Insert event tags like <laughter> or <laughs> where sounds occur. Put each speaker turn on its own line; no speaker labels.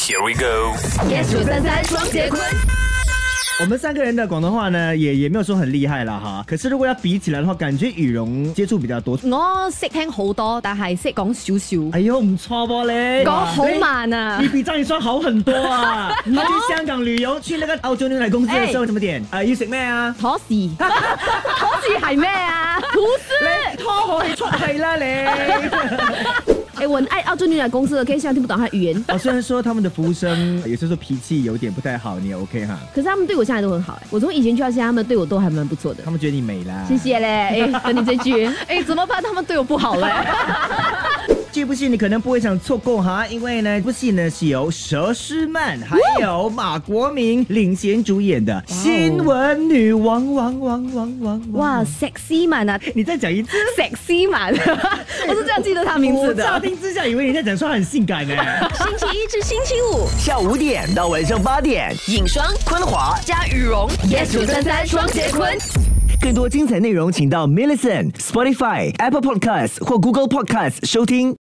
Here we go。
yes 九三三双节棍，
我们三个人的广东话呢，也也没有说很厉害啦哈。可是如果要比起来的话，感觉羽绒接触比较多。
我識聽好多，但係識講少少，
哎呦，唔错噃嘞，
講好慢啊
你！你比张雨生好很多 <laughs> 啊！他去香港旅游，去那个澳洲牛奶公司的时候怎么點？啊，要食咩啊？
妥時，妥時係咩啊？吐司。
你哎拖可以出去啦你！
<laughs> 哎、我很愛澳洲牛奶公司的，可以雖然聽不懂他的語言，
<laughs> 哦，虽然说他们的服务生有些时候脾气有点不太好，你也 OK 哈？
可是他們對我現在都很好、哎，我從以前去到現在，他們對我都還蠻不錯的
他。们觉得你美啦。
謝謝嘞， <laughs> 哎、等你這句，哎、怎麼辦？他們對我不好嘞。
这部戏你可能不会想错过哈，因为呢，这部戏呢是由佘诗曼还有马国明领衔主演的《新闻女王王王王王》。
<laughs> 哇，
哇，
，sexy man 啊
你再讲一次，
<laughs> ，sexy man，我 <laughs> 是這樣記得他名字
我乍
的。
听之下以为你在讲说她很性感 <laughs> 呢。
星期一至星期五，
下午五点到晚上八点，
影双
昆华。
加羽绒。
yes 九三三双節棍。
更多精彩内容，请到 m i l l i c e n t Spotify、Apple Podcasts 或 Google Podcasts 收听。